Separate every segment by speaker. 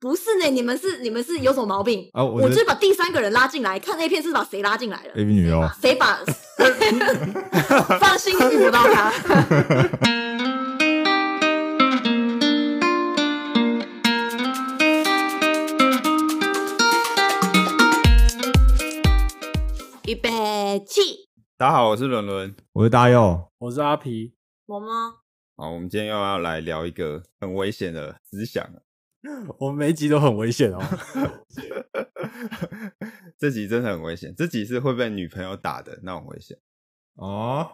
Speaker 1: 不是呢，你们是你们是有什么毛病？
Speaker 2: 啊，
Speaker 1: 我
Speaker 2: 我
Speaker 1: 就是
Speaker 2: 是
Speaker 1: 把第三个人拉进来，看 A 片是把谁拉进来了，
Speaker 2: A B 女优，
Speaker 1: 谁把呃放心遇不到他。预备起，
Speaker 3: 大家好，我是伦伦。
Speaker 2: 我是大佑，
Speaker 4: 我是阿皮，
Speaker 1: 我吗？
Speaker 3: 好，我们今天又要来聊一个很危险的思想 了。
Speaker 4: 我们每一集都很危 险哦。
Speaker 3: 这集真的很危险，这集是会被女朋友打的那种危险。
Speaker 2: 哦，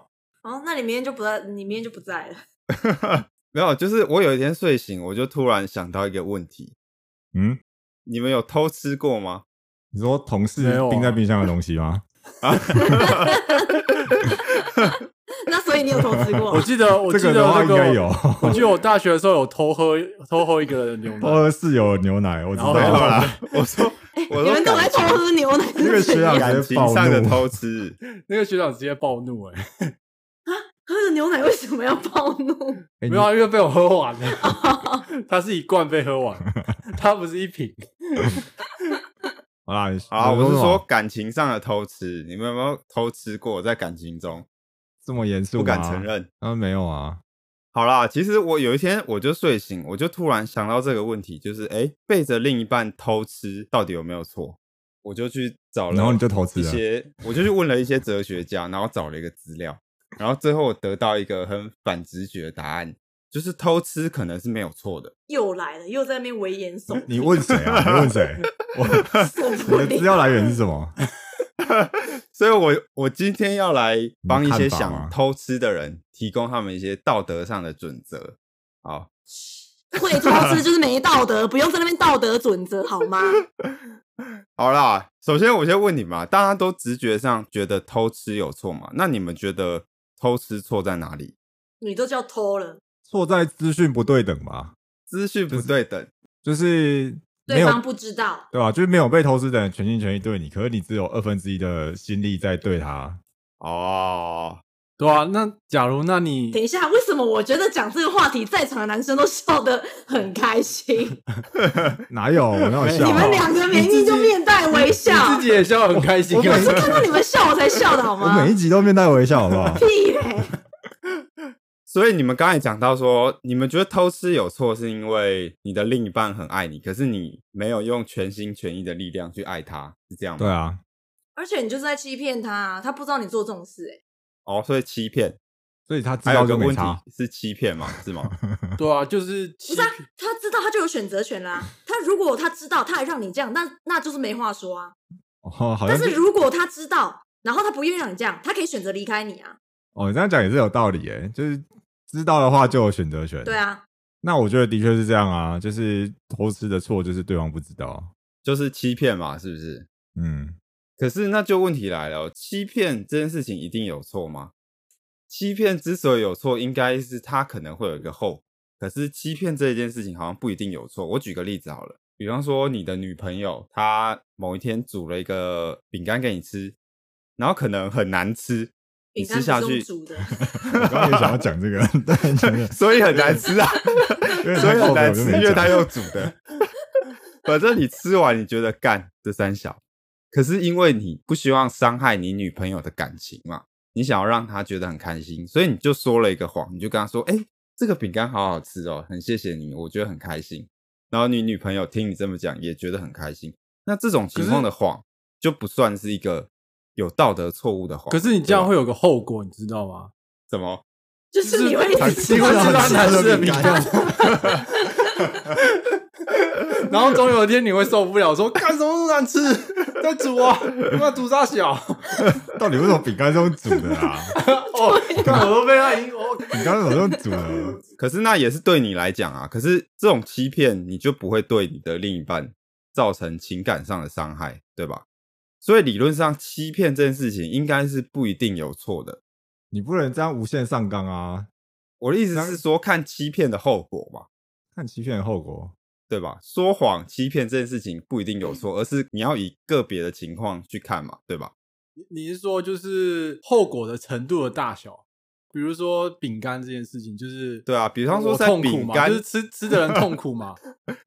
Speaker 1: 哦，那你明天就不在，你明天就不在了。
Speaker 3: 没有，就是我有一天睡醒，我就突然想到一个问题：
Speaker 2: 嗯，
Speaker 3: 你们有偷吃过吗？
Speaker 2: 你说同
Speaker 4: 没
Speaker 2: 事
Speaker 4: 有啊
Speaker 2: 冰在冰箱的东西吗？
Speaker 1: 那所以你有偷吃过啊
Speaker 4: 我？记得， 我
Speaker 2: 这
Speaker 4: 记得
Speaker 2: 个的话
Speaker 4: 那
Speaker 2: 应该 有
Speaker 4: 个，，我记得我大学的时候有偷喝偷喝一个人的牛 奶，
Speaker 2: 我室友的牛奶，我知
Speaker 4: 然后
Speaker 2: 道
Speaker 3: 没有
Speaker 2: 了，
Speaker 4: 还
Speaker 2: 哎
Speaker 3: 啦，哎我说，我
Speaker 1: 你
Speaker 3: 说
Speaker 1: 们都在
Speaker 3: 感
Speaker 1: 偷喝牛奶？
Speaker 2: 那个学长
Speaker 3: 感
Speaker 2: 直接
Speaker 3: 情
Speaker 2: 暴
Speaker 3: 上的
Speaker 2: 怒，
Speaker 3: 偷吃，
Speaker 4: 那个学长直接暴怒哎、
Speaker 1: 喝的牛奶为什么要暴怒？
Speaker 2: 哎
Speaker 4: 没有、啊，因为被我喝完 了，他是一罐被喝完，他不是一瓶。
Speaker 2: 好啦，你
Speaker 3: 好啦，我是
Speaker 2: 什么
Speaker 3: 说感情上的偷吃，你们有没有偷吃过？在感情中
Speaker 2: 这么严肃，
Speaker 3: 不敢承。认。
Speaker 2: 啊，没有啊，
Speaker 3: 好啦，其实我有一天我就睡醒，我就突然想到这个问题，就是哎、诶背着另一半偷吃到底有没有错？我就去找了，
Speaker 2: 然后你就偷吃
Speaker 3: 一
Speaker 2: 了，
Speaker 3: 些，我就去问了一些哲学家，然后找了一个资料，然后最后我得到一个很反直觉的答案，就是偷吃可能是没有错的。
Speaker 1: 又来了，又在那边危言耸
Speaker 2: 你问谁啊？你问谁？ 我
Speaker 1: 听，受
Speaker 2: 你
Speaker 1: 不
Speaker 2: 的资
Speaker 1: 了。
Speaker 2: 料来源是什么？
Speaker 3: 所以我，我今天要来帮一
Speaker 2: 你
Speaker 3: 些
Speaker 2: 的看法吗
Speaker 3: 想偷吃的人提供他们一些道德上的准则。好，
Speaker 1: 会偷吃就是没道德，不用在那边道德准则好 吗？
Speaker 3: 好啦，首先我先问你嘛，大家都直觉上觉得偷吃有错嘛？那你们觉得偷吃错在哪里？
Speaker 1: 你都叫偷了，
Speaker 2: 错在资讯不对等吧，
Speaker 3: 资讯不对等，
Speaker 2: 就是没
Speaker 1: 对
Speaker 2: 有
Speaker 1: 方不知道，
Speaker 2: 对吧、就是没有被投资的人全心全意对你，可是你只有二分之一的心力在对他。
Speaker 3: 哦，
Speaker 4: 对啊，那假如那你
Speaker 1: 等一下，为什么我觉得讲这个话题，在场的男生都笑得很开 心，
Speaker 2: 哪有？我哪有笑、
Speaker 4: 没
Speaker 2: 啊？
Speaker 1: 你们
Speaker 4: 俩
Speaker 1: 两个明明就面带微笑，
Speaker 4: 你自己也笑得很开心
Speaker 2: 我
Speaker 4: 啊
Speaker 2: 我
Speaker 1: 是看到你们笑我才笑的好
Speaker 2: 我
Speaker 1: 吗？？
Speaker 2: 每一集都面带微笑，好不好
Speaker 1: 屁嘞！
Speaker 3: 所以你们刚才讲到说，你们觉得偷吃有错，是因为你的另一半很爱你，可是你没有用全心全意的力量去爱他，是这样吗？
Speaker 2: 对啊，
Speaker 1: 而且你就是在欺骗他啊，他不知道你做这种事、欸，
Speaker 3: 哦，所以欺骗，
Speaker 2: 所以他知
Speaker 3: 还
Speaker 2: 道
Speaker 3: 有个
Speaker 2: 就没
Speaker 3: 问题
Speaker 2: 差。
Speaker 3: 是欺骗嘛，是吗？
Speaker 4: 对啊，就是欺
Speaker 1: 不是啊他知道他就有选择权啦、他如果他知道，他还让你这样，那那就是没话说啊。
Speaker 2: 哦，好像
Speaker 1: 但是如果他知道，然后他不愿意让你这样，他可以选择离开你啊。
Speaker 2: 哦，你这样讲也是有道理诶，就是知道的话就有选择权。
Speaker 1: 对，啊，
Speaker 2: 那我觉得的确是这样啊，就是偷吃的错就是对方不知道。
Speaker 3: 就是欺骗嘛，是不是？
Speaker 2: 嗯，
Speaker 3: 可是那就问题来了哦，欺骗这件事情一定有错吗？欺骗之所以有错，应该是他可能会有一个后果。可是欺骗这一件事情好像不一定有错。我举个例子好了，比方说你的女朋友她某一天煮了一个饼干给你吃，然后可能很难吃，你
Speaker 1: 饼干
Speaker 3: 吃
Speaker 1: 不
Speaker 3: 下
Speaker 1: 是用
Speaker 3: 去，
Speaker 1: 煮 的，
Speaker 2: 我刚刚也想要讲这个，但真的
Speaker 3: 所以很难吃啊，
Speaker 2: 因为
Speaker 3: 所以
Speaker 2: 他
Speaker 3: 很
Speaker 2: 后悔
Speaker 3: 难
Speaker 2: 我就
Speaker 3: 吃，
Speaker 2: 没
Speaker 3: 因为
Speaker 2: 讲
Speaker 3: 它又煮 的。反正你吃完你觉得干这三小，可是因为你不希望伤害你女朋友的感情嘛，你想要让她觉得很开心，所以你就说了一个谎，你就跟她说：“哎、这个饼干好好吃哦，很谢谢你，我觉得很开心。”然后你女朋友听你这么讲也觉得很开心。那这种情况的谎就不算是一个有道德错误的谎。
Speaker 4: 可是你这样
Speaker 3: 对吧
Speaker 4: 会有个后果，你知道吗？
Speaker 3: 怎么？
Speaker 1: 就是你会
Speaker 4: 他
Speaker 1: 一直
Speaker 4: 吃
Speaker 1: 吃
Speaker 4: 到
Speaker 1: 到
Speaker 2: 他
Speaker 4: 他难吃的饼干，然后总有一天你会受不了，说干什么都难吃，在煮啊，那煮啥小？
Speaker 2: 到底为什么饼干是用煮的啊？
Speaker 4: 哦，干我都被他赢，我
Speaker 2: 饼干怎么是用煮的？
Speaker 3: 可是那也是对你来讲啊，可是这种欺骗你就不会对你的另一半造成情感上的伤害，对吧？所以理论上，欺骗这件事情应该是不一定有错的。
Speaker 2: 你不能这样无限上纲啊！
Speaker 3: 我的意思是说，看欺骗的后果嘛，
Speaker 2: 看欺骗的后果。
Speaker 3: 对吧？说谎、欺骗这件事情不一定有错，而是你要以个别的情况去看嘛，对吧？
Speaker 4: 你是说就是后果的程度的大小？比如说饼干这件事情，就是
Speaker 3: 对啊比方说
Speaker 4: 我
Speaker 3: 在
Speaker 4: 痛苦
Speaker 3: 饼
Speaker 4: 嘛
Speaker 3: 干
Speaker 4: 就是吃吃的人痛苦 嘛，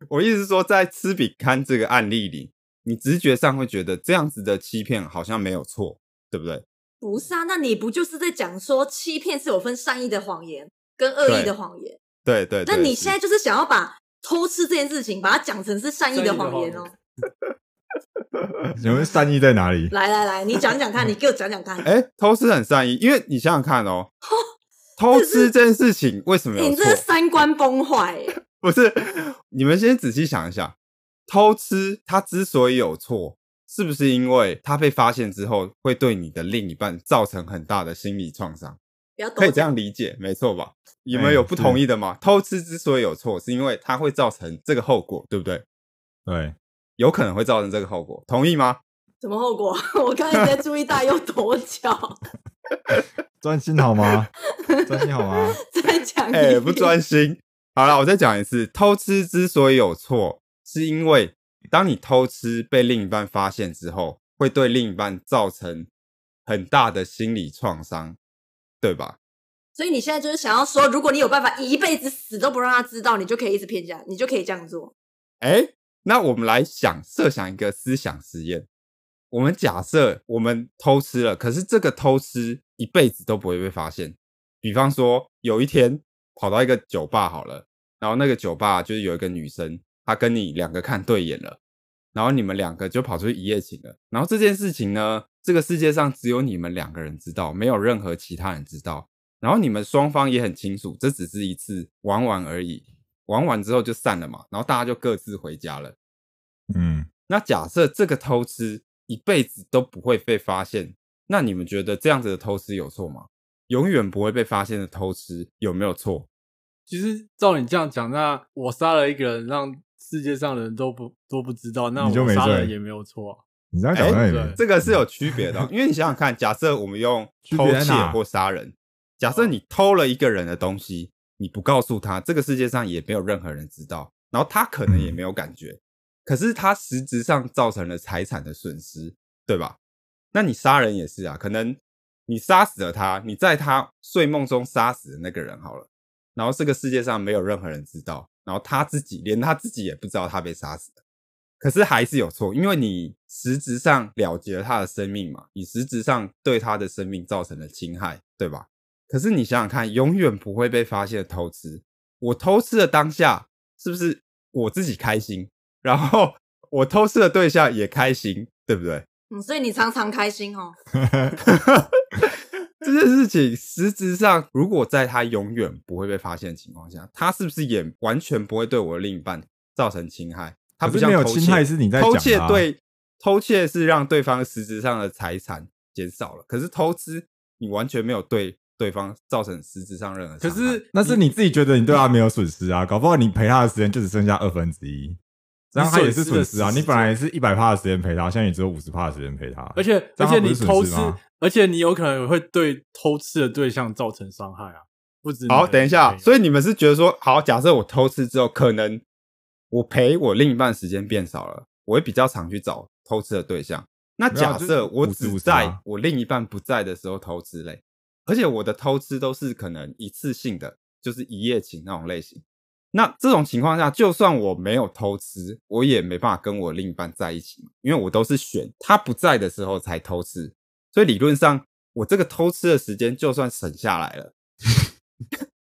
Speaker 3: 我意思是说，在吃饼干这个案例里，你直觉上会觉得这样子的欺骗好像没有错，对不对？
Speaker 1: 不是啊，那你不就是在讲说欺骗是有分善意的谎言跟恶意
Speaker 3: 对
Speaker 1: 的谎言？
Speaker 3: 对对对。
Speaker 1: 那你
Speaker 3: 是
Speaker 1: 现在就是想要把偷吃这件事情，把它讲成是善意的谎言
Speaker 4: 善意的
Speaker 1: 哦
Speaker 4: 谎。
Speaker 2: 请问善意在哪里？
Speaker 1: 来来来，你讲讲看，你给我讲讲看。
Speaker 3: 哎、偷吃很善意，因为你想想看哦，偷吃这件事情为什么有
Speaker 1: 你
Speaker 3: 错
Speaker 1: 这？是三观崩坏欸耶，
Speaker 3: 不是，你们先仔细想一下，偷吃它之所以有错，是不是因为它被发现之后会对你的另一半造成很大的心理创伤？
Speaker 1: 不要抖
Speaker 3: 可以这样理解，没错吧？你们
Speaker 2: 哎
Speaker 3: 有不
Speaker 2: 是
Speaker 3: 同意的吗？偷吃之所以有错，是因为它会造成这个后果，对不对？
Speaker 2: 对，
Speaker 3: 有可能会造成这个后果，同意吗？
Speaker 1: 什么后果？ 我刚才在注意到有跺 脚，
Speaker 2: 专心好吗？专心好吗？
Speaker 1: 再讲一
Speaker 3: 哎、
Speaker 1: 遍
Speaker 3: 不专心。好了，我再讲一次，偷吃之所以有错，是因为当你偷吃被另一半发现之后，会对另一半造成很大的心理创伤，对吧？
Speaker 1: 所以你现在就是想要说，如果你有办法一辈子死都不让他知道，你就可以一直骗下，你就可以这样做。
Speaker 3: 哎、那我们来想设想一个思想实验，我们假设我们偷吃了，可是这个偷吃一辈子都不会被发现。比方说，有一天跑到一个酒吧好了，然后那个酒吧就是有一个女生，她跟你两个看对眼了，然后你们两个就跑出去一夜情了。然后这件事情呢，这个世界上只有你们两个人知道，没有任何其他人知道。然后你们双方也很清楚，这只是一次玩玩而已，玩完之后就散了嘛，然后大家就各自回家了。
Speaker 2: 嗯，
Speaker 3: 那假设这个偷吃一辈子都不会被发现，那你们觉得这样子的偷吃有错吗？永远不会被发现的偷吃有没有错？
Speaker 4: 其实照你这样讲，那我杀了一个人，让世界上的人都不都不知道，那
Speaker 2: 你就
Speaker 4: 我
Speaker 2: 没
Speaker 4: 杀了
Speaker 2: 罪
Speaker 4: 也没 有错、啊。
Speaker 2: 你这样讲
Speaker 3: 哎
Speaker 2: 那也
Speaker 4: 对
Speaker 2: 没
Speaker 3: 这个是有区别的哦，因为你想想看，假设我们用
Speaker 2: 区
Speaker 3: 偷
Speaker 2: 别在
Speaker 3: 窃
Speaker 2: 哪
Speaker 3: 或杀人，假设你偷了一个人的东西，你不告诉他，这个世界上也没有任何人知道，然后他可能也没有感觉，可是他实质上造成了财产的损失，对吧？那你杀人也是啊，可能你杀死了他，你在他睡梦中杀死的那个人好了，然后这个世界上没有任何人知道，然后他自己连他自己也不知道他被杀死了，可是还是有错，因为你实质上了结了他的生命嘛，你实质上对他的生命造成了侵害，对吧？可是你想想看，永远不会被发现的偷吃，我偷吃的当下是不是我自己开心，然后 我偷吃的对象也开心，对不对？
Speaker 1: 嗯，所以你常常开心哦。
Speaker 3: 这件事情实质上，如果在他永远不会被发现的情况下，他是不是也完全不会对我的另一半造成侵害？他不
Speaker 2: 可是
Speaker 3: 像
Speaker 2: 没有
Speaker 3: 偷窃
Speaker 2: 侵害是你在讲
Speaker 3: 偷
Speaker 2: 的啊
Speaker 3: 窃对偷窃是让对方实质上的财产减少了，可是偷吃你完全没有对对方造成实质上任何
Speaker 4: 可
Speaker 3: 伤害。
Speaker 4: 是
Speaker 2: 那是你自己觉得你对他没有损失啊，搞不好你陪他的时间就只剩下二分之一，这样他也是损失啊。
Speaker 4: 你损失的
Speaker 2: 你本来是一百趴的时间陪他，现在也只有五十趴的时间陪他，
Speaker 4: 而且
Speaker 2: 这
Speaker 4: 而
Speaker 2: 样他
Speaker 4: 且
Speaker 2: 不
Speaker 4: 你
Speaker 2: 是
Speaker 4: 偷
Speaker 2: 损
Speaker 4: 吃
Speaker 2: 失吗？，
Speaker 4: 而且你有可能会对偷吃的对象造成伤害啊，不止你的
Speaker 3: 好，等一
Speaker 4: 朋
Speaker 3: 下，
Speaker 4: 友
Speaker 3: 所以你们是觉得说，好，假设我偷吃之后，可能我陪我另一半时间变少了，我会比较常去找偷吃的对象。那
Speaker 2: 没有啊就
Speaker 3: 假
Speaker 2: 是
Speaker 3: 设我
Speaker 2: 50
Speaker 3: 只
Speaker 2: 50
Speaker 3: 在
Speaker 2: 啊
Speaker 3: 我另一半不在的时候偷吃嘞，而且我的偷吃都是可能一次性的，就是一夜情那种类型。那这种情况下，就算我没有偷吃，我也没办法跟我另一半在一起嘛，因为我都是选他不在的时候才偷吃，所以理论上我这个偷吃的时间就算省下来了，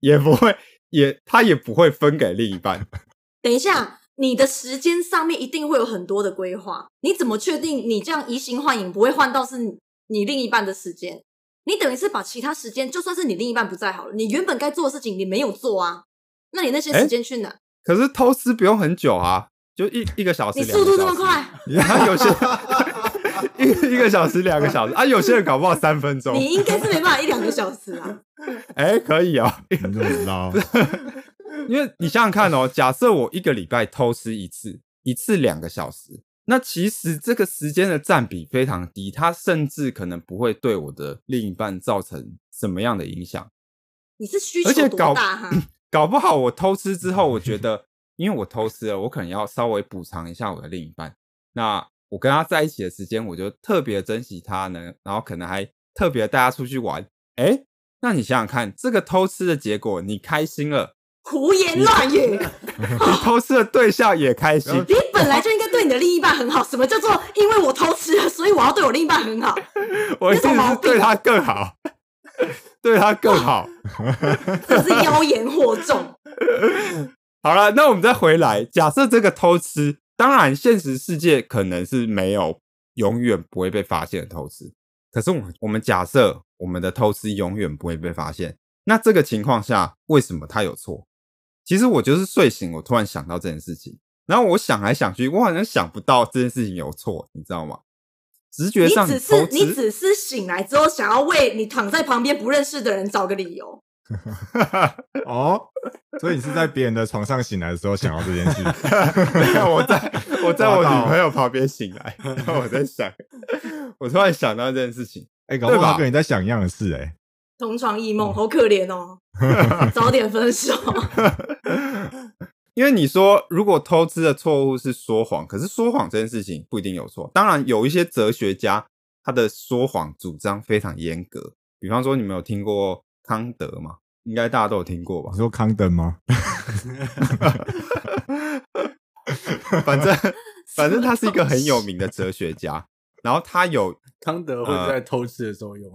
Speaker 3: 也不会也他也不会分给另一半。
Speaker 1: 等一下，你的时间上面一定会有很多的规划，你怎么确定你这样移形换影不会换到是你你另一半的时间？你等于是把其他时间，就算是你另一半不在好了，你原本该做的事情你没有做啊，那你那些时间去
Speaker 3: 哦
Speaker 1: 哪？
Speaker 3: 可是偷吃不用很久啊，就一一个小时，
Speaker 1: 你速度这么
Speaker 3: 两个小时，
Speaker 1: 快，
Speaker 3: 啊有些 一一个小时两个小时啊，有些人搞不好三分钟，
Speaker 1: 你应该是没办法一两个小时 啊。
Speaker 3: 哎、可以哦。
Speaker 2: 你怎么知道？
Speaker 3: 因为你想想看哦，假设我一个礼拜偷吃一次，一次两个小时，那其实这个时间的占比非常低，它甚至可能不会对我的另一半造成什么样的影响。
Speaker 1: 你是需
Speaker 3: 而且
Speaker 1: 求多
Speaker 3: 搞
Speaker 1: 大哈？
Speaker 3: 搞不好我偷吃之后，我觉得因为我偷吃了，我可能要稍微补偿一下我的另一半。那我跟他在一起的时间，我就特别珍惜他呢，然后可能还特别带他出去玩。哎，那你想想看，这个偷吃的结果，你开心了，
Speaker 1: 胡言乱语！
Speaker 3: 你偷吃的对象也开心，
Speaker 1: 你本来就应该对你的另一半很好。什么叫做因为我偷吃了，所以我要对我另一半很 好？
Speaker 3: 我一定是对他更好， 对他更好。
Speaker 1: 这是妖言惑众。
Speaker 3: 好了，那我们再回来，假设这个偷吃，当然现实世界可能是没有永远不会被发现的偷吃，可是我们我们假设我们的偷吃永远不会被发现，那这个情况下，为什么他有错？其实我就是睡醒，我突然想到这件事情，然后我想来想去，我好像想不到这件事情有错，你知道吗？直觉
Speaker 1: 你
Speaker 3: 上
Speaker 1: 只是
Speaker 3: 偷吃，
Speaker 1: 你只是醒来之后想要为你躺在旁边不认识的人找个理由。
Speaker 2: 哦，所以你是在别人的床上醒来的时候想到这件 事，
Speaker 3: 没有，我在我在我女朋友旁边醒来，然后我在想， 我突然想到这件事情。
Speaker 2: 哎、搞不
Speaker 3: 对
Speaker 2: 好
Speaker 3: 吧
Speaker 2: 他跟你在想一样的事、哎，
Speaker 1: 同床异
Speaker 3: 嗯
Speaker 1: 梦，好可怜 哦！早点分手。
Speaker 3: 因为你说，如果偷吃的错误是说谎，可是说谎这件事情不一定有错。当然，有一些哲学家他的说谎主张非常严格，比方说你们有听过康德吗？应该大家都有听过吧
Speaker 2: 你？说康登吗？
Speaker 3: 反正反正他是一个很有名的哲学家，然后他有
Speaker 4: 康德
Speaker 2: 呃
Speaker 4: 会在偷吃的时候用，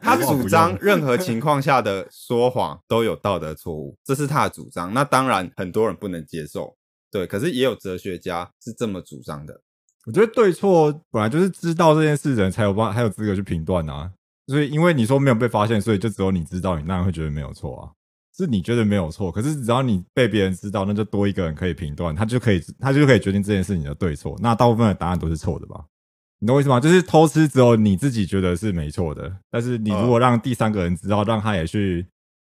Speaker 3: 他主张任何情况下的说谎都有道德错误，这是他的主张。那当然很多人不能接受，对。可是也有哲学家是这么主张的，
Speaker 2: 我觉得对错本来就是知道这件事的人才有办，才有资格去评断啊。所以因为你说没有被发现，所以就只有你知道，你当然会觉得没有错啊。是你觉得没有错，可是只要你被别人知道，那就多一个人可以评断，他就可以他就可以决定这件事情的对错。那大部分的答案都是错的吧？你懂我意思吗？就是偷吃只有你自己觉得是没错的，但是你如果让第三个人知道，让他也去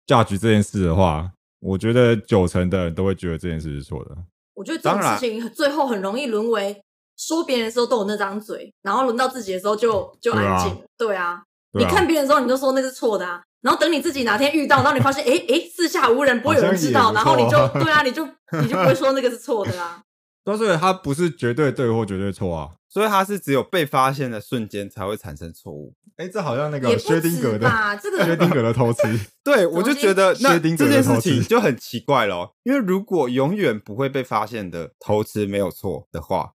Speaker 2: judge 这件事的话，我觉得九成的人都会觉得这件事是错的。
Speaker 1: 我觉得这种
Speaker 3: 当然
Speaker 1: 事情最后很容易沦为说别人的时候都有那张嘴，然后轮到自己的时候就就安静了。对啊，
Speaker 2: 对
Speaker 1: 你
Speaker 2: 啊
Speaker 1: 看别人的时候你就说那是错的啊，然后等你自己哪天遇到，然后你发现哎哎、诶四下无人，不会有人知道，
Speaker 2: 好像也
Speaker 1: 然后你
Speaker 2: 不
Speaker 1: 就
Speaker 2: 错啊
Speaker 1: 对啊，你就你就不会说那个是错的啊 啦。
Speaker 2: 但是他不是绝对对或绝对错啊，
Speaker 3: 所以他是只有被发现的瞬间才会产生错误。
Speaker 2: 哎、这好像那
Speaker 1: 也
Speaker 2: 个
Speaker 1: 不
Speaker 2: 薛定
Speaker 1: 止
Speaker 2: 谔的
Speaker 1: 吧，这 个
Speaker 2: 薛定谔的偷吃，
Speaker 3: 对，我就觉得
Speaker 2: 西
Speaker 3: 那
Speaker 2: 薛定
Speaker 3: 这
Speaker 2: 谔的
Speaker 3: 件
Speaker 2: 偷
Speaker 3: 事
Speaker 2: 吃
Speaker 3: 情就很奇怪咯，因为如果永远不会被发现的偷吃没有错的话，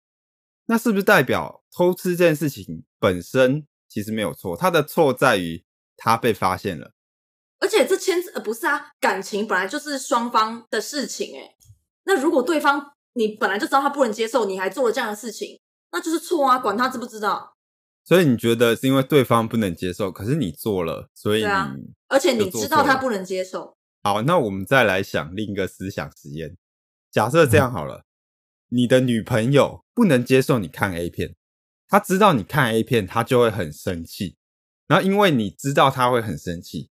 Speaker 3: 那是不是代表偷吃这件事情本身其实没有错？他的错在于他被发现了。
Speaker 1: 而且这牵扯、呃、不是啊，感情本来就是双方的事情哎、那如果对方你本来就知道他不能接受，你还做了这样的事情，那就是错啊，管他知不知道。
Speaker 3: 所以你觉得是因为对方不能接受，可是你做了，所以你、
Speaker 1: 对啊而且你
Speaker 3: 就做
Speaker 1: 知道
Speaker 3: 错了
Speaker 1: 他不能接受，
Speaker 3: 好，那我们再来想另一个思想实验。假设
Speaker 2: 嗯
Speaker 3: 这样好了，你的女朋友不能接受你看 A 片，她知道你看 A 片，她就会很生气。然后因为你知道她会很生气，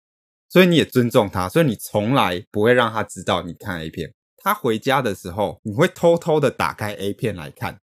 Speaker 3: 所以你也尊重她，所以你从来不会让她知道你看 A 片。她回家的时候，你会偷偷的打开 A 片来看。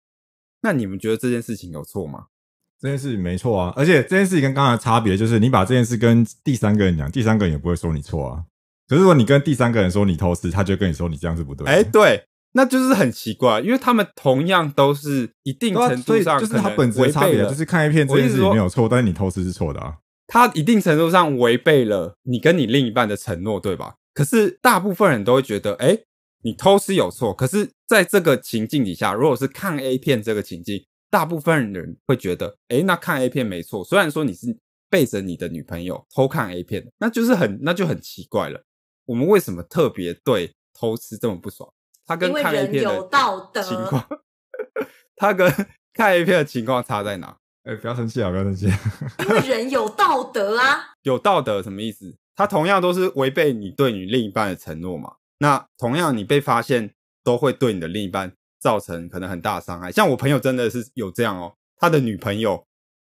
Speaker 3: 那你们觉得这件事情有错吗？
Speaker 2: 这件事情没错啊。而且这件事情跟刚才的差别就是，你把这件事跟第三个人讲，第三个人也不会说你错啊。可是如果你跟第三个人说你偷吃，他就跟你说你这样是不对的。啊
Speaker 3: 哎、对，那就是很奇怪，因为他们同样都是一定
Speaker 2: 对啊
Speaker 3: 程
Speaker 2: 所
Speaker 3: 度
Speaker 2: 以
Speaker 3: 上
Speaker 2: 就是
Speaker 3: 可
Speaker 2: 它
Speaker 3: 能
Speaker 2: 本质
Speaker 3: 违
Speaker 2: 的差
Speaker 3: 背
Speaker 2: 别啊
Speaker 3: 了
Speaker 2: 就是看 A 片这
Speaker 3: 我意
Speaker 2: 件
Speaker 3: 思
Speaker 2: 事情
Speaker 3: 说
Speaker 2: 没有错，但是你偷吃是错的啊。
Speaker 3: 他一定程度上违背了你跟你另一半的承诺，对吧？可是大部分人都会觉得，哎、你偷吃有错。可是在这个情境底下，如果是看 A 片这个情境，大部分人会觉得，哎、那看 A 片没错。虽然说你是背着你的女朋友偷看 A 片的，那就是很那就很奇怪了。我们为什么特别对偷吃这么不爽？他跟
Speaker 1: 因为
Speaker 3: 看 A
Speaker 1: 人
Speaker 3: 片
Speaker 1: 有
Speaker 3: 的
Speaker 1: 道德。
Speaker 3: 情况，他跟 看 A 片的情况差在哪？
Speaker 2: 哎、不要生气啊，不要生气、
Speaker 1: 因为人有道德 啊，
Speaker 3: 有道德什么意思？他同样都是违背你对你另一半的承诺嘛。那同样你被发现，都会对你的另一半造成可能很大的伤害。像我朋友真的是有这样哦，他的女朋友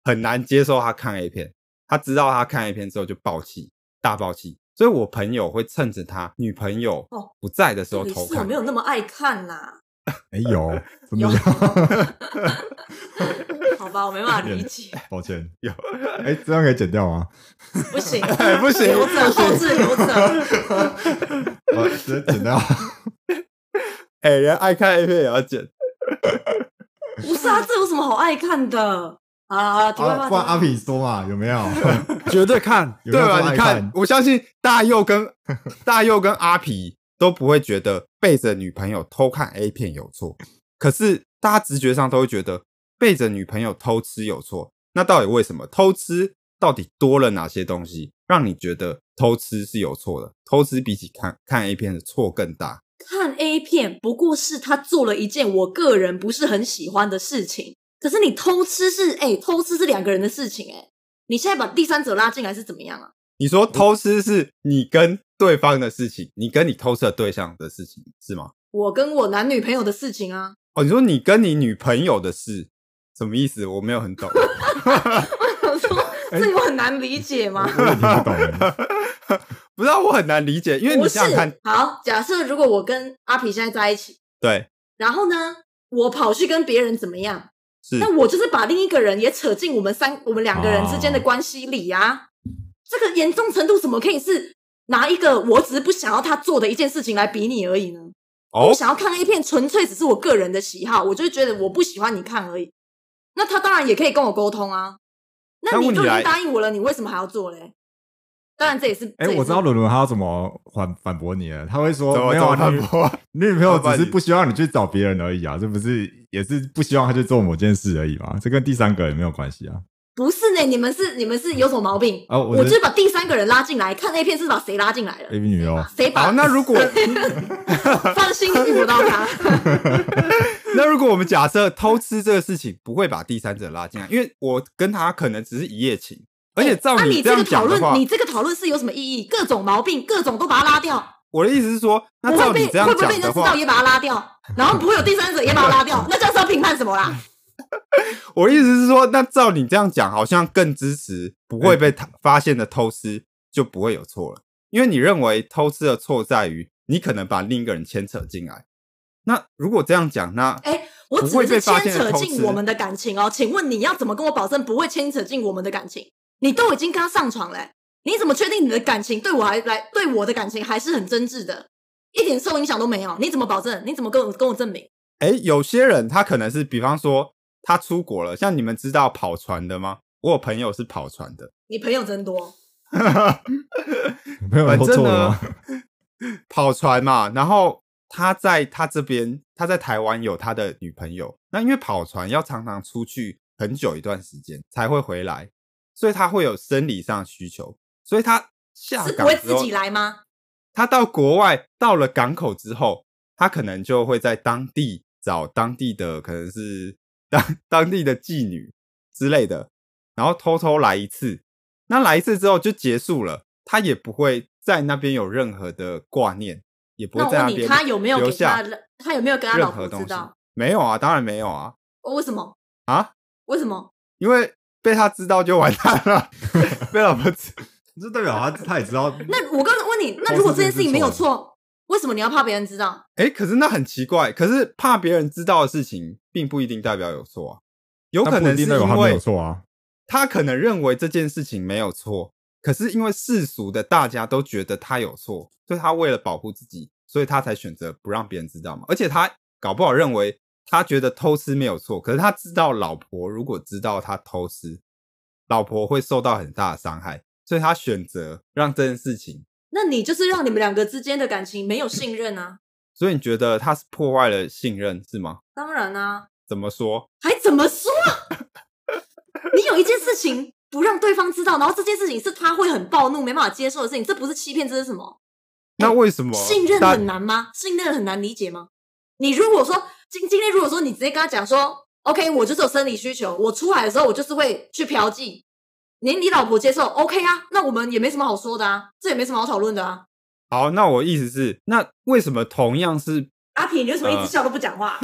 Speaker 3: 很难接受他看 A 片，他知道他看 A 片之后就爆气，大爆气。所以我朋友会趁着他女朋友
Speaker 1: 哦
Speaker 3: 不在的时候
Speaker 1: 你
Speaker 3: 偷
Speaker 1: 是我
Speaker 3: 看
Speaker 1: 没。有那么爱看啦。
Speaker 2: 哎、有，真的
Speaker 1: 有
Speaker 2: 有，
Speaker 1: 好吧，我没办法理 解，
Speaker 2: 抱歉，有。 哎、这样可以剪掉 吗？
Speaker 1: 不行，
Speaker 3: 哎不行
Speaker 1: 留着
Speaker 3: 不行
Speaker 1: 后置留着。
Speaker 2: 我哦直接 剪掉。
Speaker 3: 哎、人家爱看 A 片也要剪，
Speaker 1: 不是啊，这有什么好爱看的？好了好了，题外
Speaker 2: 啊，不然
Speaker 1: 话
Speaker 2: 阿品说嘛，有没 有？
Speaker 4: 绝对看。
Speaker 2: 有没
Speaker 3: 对
Speaker 2: 有这么
Speaker 3: 吧？
Speaker 2: 爱
Speaker 3: 你看
Speaker 2: 看，，
Speaker 3: 我相信大佑跟 大佑跟阿皮都不会觉得背着女朋友偷看 A 片有错，可是大家直觉上都会觉得背着女朋友偷吃有错。那到底为什么偷吃？到底多了哪些东西让你觉得偷吃是有错的？偷吃比起看看 A 片的错更大。
Speaker 1: 看 A 片不过是他做了一件我个人不是很喜欢的事情，可是你偷吃是哎、偷吃是两个人的事情哎、你现在把第三者拉进来是怎么样啊？
Speaker 3: 你说偷吃是你跟对方的事情，你跟你偷吃的对象的事情是吗？
Speaker 1: 我跟我男女朋友的事情啊，
Speaker 3: 哦，你说你跟你女朋友的事，什么意思？我没有很懂。哎
Speaker 1: 我说这有很难理解吗？
Speaker 2: 我也听不懂欸。
Speaker 3: 不知道，我很难理解，因为你
Speaker 1: 不是
Speaker 3: 想想看，
Speaker 1: 好，假设如果我跟阿皮现在在一起，
Speaker 3: 对，
Speaker 1: 然后呢，我跑去跟别人怎么样？
Speaker 3: 是
Speaker 1: 那我就是把另一个人也扯进我们三我们两个人之
Speaker 2: 哦
Speaker 1: 间的关系里啊。这个严重程度怎么可以是拿一个我只是不想要他做的一件事情来比拟而已呢？
Speaker 3: 哦
Speaker 1: 我，想要看 A 片，纯粹只是我个人的喜好，我就觉得我不喜欢你看而已。那他当然也可以跟我沟通啊。那
Speaker 3: 但
Speaker 1: 你
Speaker 3: 问
Speaker 1: 都
Speaker 3: 题
Speaker 1: 已
Speaker 3: 来
Speaker 1: 经答应我了，你为什么还要做嘞？当然这也是，
Speaker 2: 哎、
Speaker 1: 这也
Speaker 2: 我
Speaker 1: 是
Speaker 2: 知道伦伦他要怎么反反驳你了，他会说
Speaker 3: 怎么
Speaker 2: 没
Speaker 3: 怎
Speaker 2: 有
Speaker 3: 么
Speaker 2: 啊，你
Speaker 3: 反驳？
Speaker 2: 你女朋友
Speaker 3: 怎么办
Speaker 2: 只是不希望你去找别人而已啊，这不是也是不希望他去做某件事而已嘛？这跟第三个也没有关系啊。
Speaker 1: 不是呢，你们是你们是有什么毛病？
Speaker 2: 哦我
Speaker 1: 我
Speaker 2: 是
Speaker 1: 就是把第三个人拉进来看 A 片，是把谁拉进来了？
Speaker 2: A B 女优，
Speaker 1: 谁把
Speaker 3: 好，那如果
Speaker 1: 放心遇不到他？
Speaker 3: 那如果我们假设偷吃这个事情不会把第三者拉进来，因为我跟他可能只是一夜情，而且 照
Speaker 1: 哎那你
Speaker 3: 这
Speaker 1: 这
Speaker 3: 样
Speaker 1: 个讨
Speaker 3: 讲的话
Speaker 1: 论，，你这个讨论是有什么意义？各种毛病，各种都把它拉掉。
Speaker 3: 我的意思是说，
Speaker 1: 我
Speaker 3: 那
Speaker 1: 会
Speaker 3: 照
Speaker 1: 被
Speaker 3: 你这样
Speaker 1: 会不会被
Speaker 3: 讲
Speaker 1: 人家
Speaker 3: 的
Speaker 1: 知道
Speaker 3: 话，
Speaker 1: 也把它拉掉？然后不会有第三者也把它拉 掉？那这样是要评判什么啦？
Speaker 3: 我的意思是说，那照你这样讲，好像更支持不会被他发现的偷吃就不会有错了，因为你认为偷吃的错在于你可能把另一个人牵扯进来。那如果这样讲，那
Speaker 1: 哎，我只
Speaker 3: 不会被
Speaker 1: 是
Speaker 3: 发
Speaker 1: 牵
Speaker 3: 现
Speaker 1: 扯
Speaker 3: 的偷
Speaker 1: 进
Speaker 3: 吃
Speaker 1: 我们的感情哦。请问你要怎么跟我保证不会牵扯进我们的感情？你都已经跟他上床了、你怎么确定你的感情对我还来对我的感情还是很真挚的，一点受影响都没有？你怎么保证？你怎么跟我跟我证明？
Speaker 3: 哎，有些人他可能是，比方说他出国了，像你们知道跑船的吗？我有朋友是跑船的，
Speaker 1: 你朋友真多，
Speaker 2: 你朋友
Speaker 3: 反
Speaker 2: 都
Speaker 3: 正
Speaker 2: 错了
Speaker 3: 呢
Speaker 2: 吗？，
Speaker 3: 跑船嘛，然后他在他这边，他在台湾有他的女朋友，那因为跑船要常常出去很久一段时间才会回来，所以他会有生理上的需求，所以他下
Speaker 1: 是不
Speaker 3: 港
Speaker 1: 会
Speaker 3: 之
Speaker 1: 自
Speaker 3: 后
Speaker 1: 己来吗？
Speaker 3: 他到国外到了港口之后，他可能就会在当地找当地的可能是当当地的妓女之类的，然后偷偷来一次。那来一次之后就结束了，他也不会在那边有任何的挂念，也不
Speaker 1: 那
Speaker 3: 会
Speaker 1: 我
Speaker 3: 在
Speaker 1: 问
Speaker 3: 那
Speaker 1: 你，
Speaker 3: 边
Speaker 1: 他有没有
Speaker 3: 留
Speaker 1: 给
Speaker 3: 下
Speaker 1: 他的他有没有跟他老
Speaker 3: 任何
Speaker 1: 婆
Speaker 3: 东
Speaker 1: 知
Speaker 3: 西
Speaker 1: 道？？
Speaker 3: 没有啊，当然没有啊，
Speaker 1: 哦，为什么
Speaker 3: 啊？
Speaker 1: 为什么？
Speaker 3: 因为被他知道就完 蛋了，被老婆知
Speaker 2: 这代表他他也知道，
Speaker 1: 那我刚才问你，那如果这件事情没有
Speaker 2: 是
Speaker 1: 错，为什么你要怕别人知道？
Speaker 3: 哎，可是那很奇怪，可是怕别人知道的事情，并不一定代表有错啊，有
Speaker 2: 那
Speaker 3: 可
Speaker 2: 不一
Speaker 3: 能是
Speaker 2: 定代表
Speaker 3: 因
Speaker 2: 他没有
Speaker 3: 为
Speaker 2: 错啊。
Speaker 3: 他可能认为这件事情没有错，可是因为世俗的大家都觉得他有错，所以他为了保护自己，所以他才选择不让别人知道嘛。而且他搞不好认为他觉得偷吃没有错，可是他知道老婆如果知道他偷吃，老婆会受到很大的伤害，所以他选择让这件事情。
Speaker 1: 那你就是让你们两个之间的感情没有信任啊！
Speaker 3: 所以你觉得他是破坏了信任是吗？
Speaker 1: 当然啊，
Speaker 3: 怎么说？
Speaker 1: 还怎么说？你有一件事情不让对方知道，然后这件事情是他会很暴怒、没办法接受的事情，这不是欺骗，这是什么？
Speaker 3: 那为什么
Speaker 1: 哎信任
Speaker 3: 大
Speaker 1: 很难吗？信任很难理解吗？你如果说今今天如果说你直接跟他讲说，OK，我就是有生理需求，我出来的时候我就是会去嫖妓，你你老婆接受 OK 啊，那我们也没什么好说的啊，这也没什么好讨论的啊。
Speaker 3: 好，那我意思是，那为什么同样是
Speaker 1: 阿平，你为什么一直
Speaker 3: 呃
Speaker 1: 笑都不讲 话？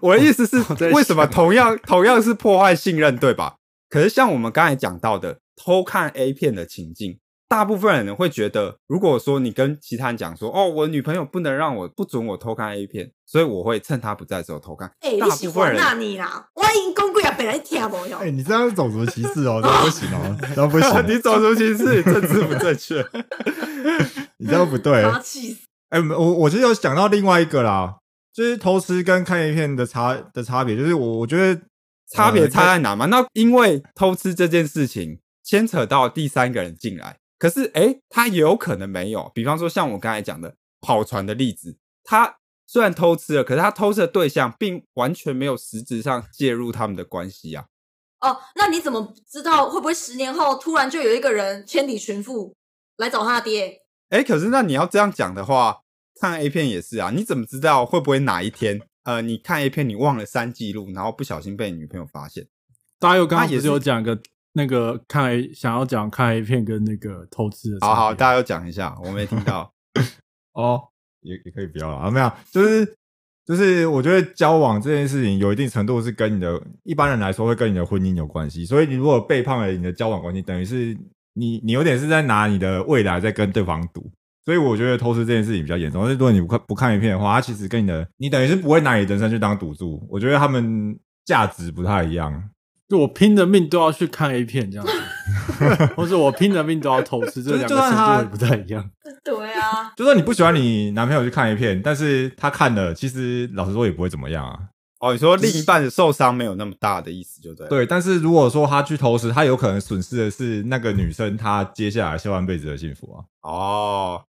Speaker 3: 我的意思是
Speaker 4: 哦我在，
Speaker 3: 为什么
Speaker 4: 想
Speaker 3: 同样同样是破坏信任，对吧？可是像我们刚才讲到的偷看 A 片的情境，大部分人会觉得，如果说你跟其他人讲说，哦，我女朋友不能让我不准我偷看 A 片，所以我会趁她不在的时候偷看。
Speaker 1: 哎、
Speaker 3: 大
Speaker 1: 你喜
Speaker 3: 部分
Speaker 1: 欢
Speaker 3: 人
Speaker 1: 那你啦，我已经公贵啊，本来听不哟
Speaker 2: 哎、。你这样是种族歧视 哦，这样不行哦，这样不
Speaker 3: 你
Speaker 2: 行，
Speaker 3: 种族歧视，政治不正确。
Speaker 2: 你这样不对。
Speaker 1: 把他气死！
Speaker 2: 哎、我我就有想到另外一个啦，就是偷吃跟看 A 片的差的差别，就是我我觉得
Speaker 3: 差别差在哪嘛？那因为偷吃这件事情牵扯到第三个人进来，可是诶、他也有可能没有。比方说像我刚才讲的跑船的例子，他虽然偷吃了，可是他偷吃的对象并完全没有实质上介入他们的关系啊。
Speaker 1: 哦，那你怎么知道会不会十年后突然就有一个人千里寻父来找他爹？
Speaker 3: 诶、可是那你要这样讲的话，看 A 片也是啊，你怎么知道会不会哪一天？呃，你看 A 片，你忘了删记录，然后不小心被女朋友发现。
Speaker 4: 大佑刚
Speaker 3: 他
Speaker 4: 刚
Speaker 3: 也
Speaker 4: 不
Speaker 3: 是
Speaker 4: 是有讲个那个看 A- 想要讲看 A 片跟那个偷吃的差别，
Speaker 3: 好 好，大家要讲一下，我没听到。
Speaker 2: 哦，也也可以不要了啊，没有，就是就是，我觉得交往这件事情有一定程度是跟你的一般人来说会跟你的婚姻有关系，所以你如果背叛了你的交往关系，等于是你你有点是在拿你的未来在跟对方赌。所以我觉得偷吃这件事情比较严重，但是如果你不看不看影片的话，它其实跟你的你等于是不会拿你的人生去当赌注。我觉得他们价值不太一样。
Speaker 4: 就我拼了命都要去看 A 片这样子， 或者我拼了命都要偷吃，这
Speaker 2: 就是
Speaker 4: 两
Speaker 2: 就
Speaker 4: 个
Speaker 2: 算
Speaker 4: 程
Speaker 2: 他
Speaker 4: 度也不太一样。
Speaker 1: 对啊，
Speaker 2: 就算你不喜欢你男朋友去看 A 片，但是他看了，其实老实说也不会怎么样啊。
Speaker 3: 哦，你说另一半的受伤没有那么大的意思，就对。，
Speaker 2: 对，但是如果说他去偷吃，他有可能损失的是那个女生她接下来下半辈子的幸福啊，
Speaker 3: 哦，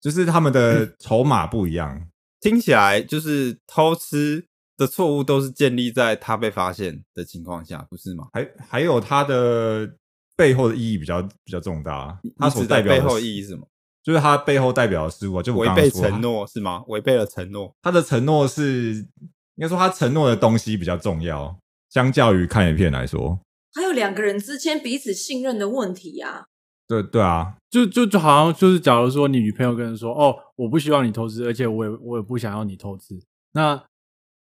Speaker 2: 就是他们的筹码不一样。
Speaker 3: 听起来就是偷吃的错误都是建立在他被发现的情况下，不是吗？
Speaker 2: 还还有它的背后的意义比较比较重大，它所
Speaker 3: 指
Speaker 2: 代
Speaker 3: 的
Speaker 2: 表
Speaker 3: 背后
Speaker 2: 义
Speaker 3: 意义是什么？
Speaker 2: 就是它背后代表的事物啊，就我
Speaker 3: 违
Speaker 2: 刚刚
Speaker 3: 背
Speaker 2: 说的
Speaker 3: 承，诺是吗？违背了承诺。
Speaker 2: 他的承诺是应该说他承诺的东西比较重要，相较于看影片来说，
Speaker 1: 还有两个人之间彼此信任的问题啊。
Speaker 2: 对对啊，
Speaker 4: 就就就好像就是，假如说你女朋友跟你说：“哦，我不希望你偷吃，而且我也我也不想要你偷吃。”那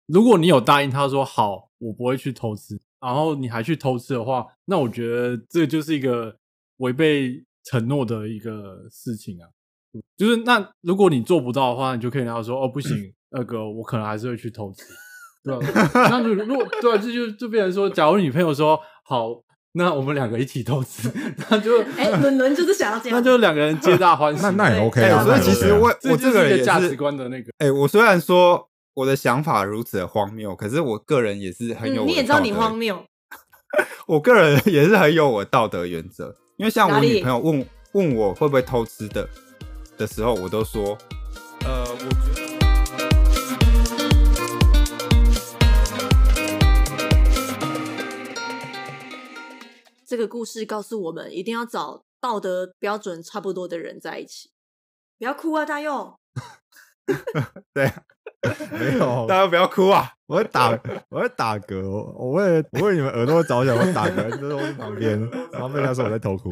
Speaker 4: 如果你有答应她说好，我不会去偷吃，然后你还去偷吃的话，那我觉得这就是一个违背承诺的一个事情啊。就是那如果你做不到的话，你就可以跟她说：“哦，不行，那个我可能还是会去偷吃。”对啊，那如如果对啊，这就就变成说，假如女朋友说好，那我们两个一起偷吃， 那就
Speaker 1: 哎，伦伦就是想要这样，嗯
Speaker 4: 那就两个人皆大欢喜。
Speaker 2: 那那也 OK
Speaker 1: 对
Speaker 3: 哎、
Speaker 2: 啊。
Speaker 1: 啊
Speaker 2: 那
Speaker 3: 所
Speaker 2: 也
Speaker 3: 以
Speaker 2: OK
Speaker 3: 其实
Speaker 2: 啊
Speaker 3: 我
Speaker 4: 这
Speaker 3: 我
Speaker 4: 就
Speaker 3: 这
Speaker 4: 是
Speaker 3: 个人也
Speaker 4: 一个
Speaker 3: 是
Speaker 4: 价值观的那个，
Speaker 3: 哎、我虽然说我的想法如此的荒谬，可是我个人也是很有、
Speaker 1: 嗯，你也知道你荒，谬，
Speaker 3: 我个人也是很有我道德原则。因为像
Speaker 1: 哪
Speaker 3: 我
Speaker 1: 里
Speaker 3: 女朋友问问我会不会偷吃的的时候，我都说，呃，我觉得。
Speaker 1: 这个故事告诉我们，一定要找道德标准差不多的人在一起。不要哭啊，大佑！
Speaker 2: 没有
Speaker 3: 大家不要哭啊！
Speaker 2: 我会打，我会打嗝，我我为了我为你们耳朵着想，我打嗝，就是我去旁边，然后被他说我在偷哭。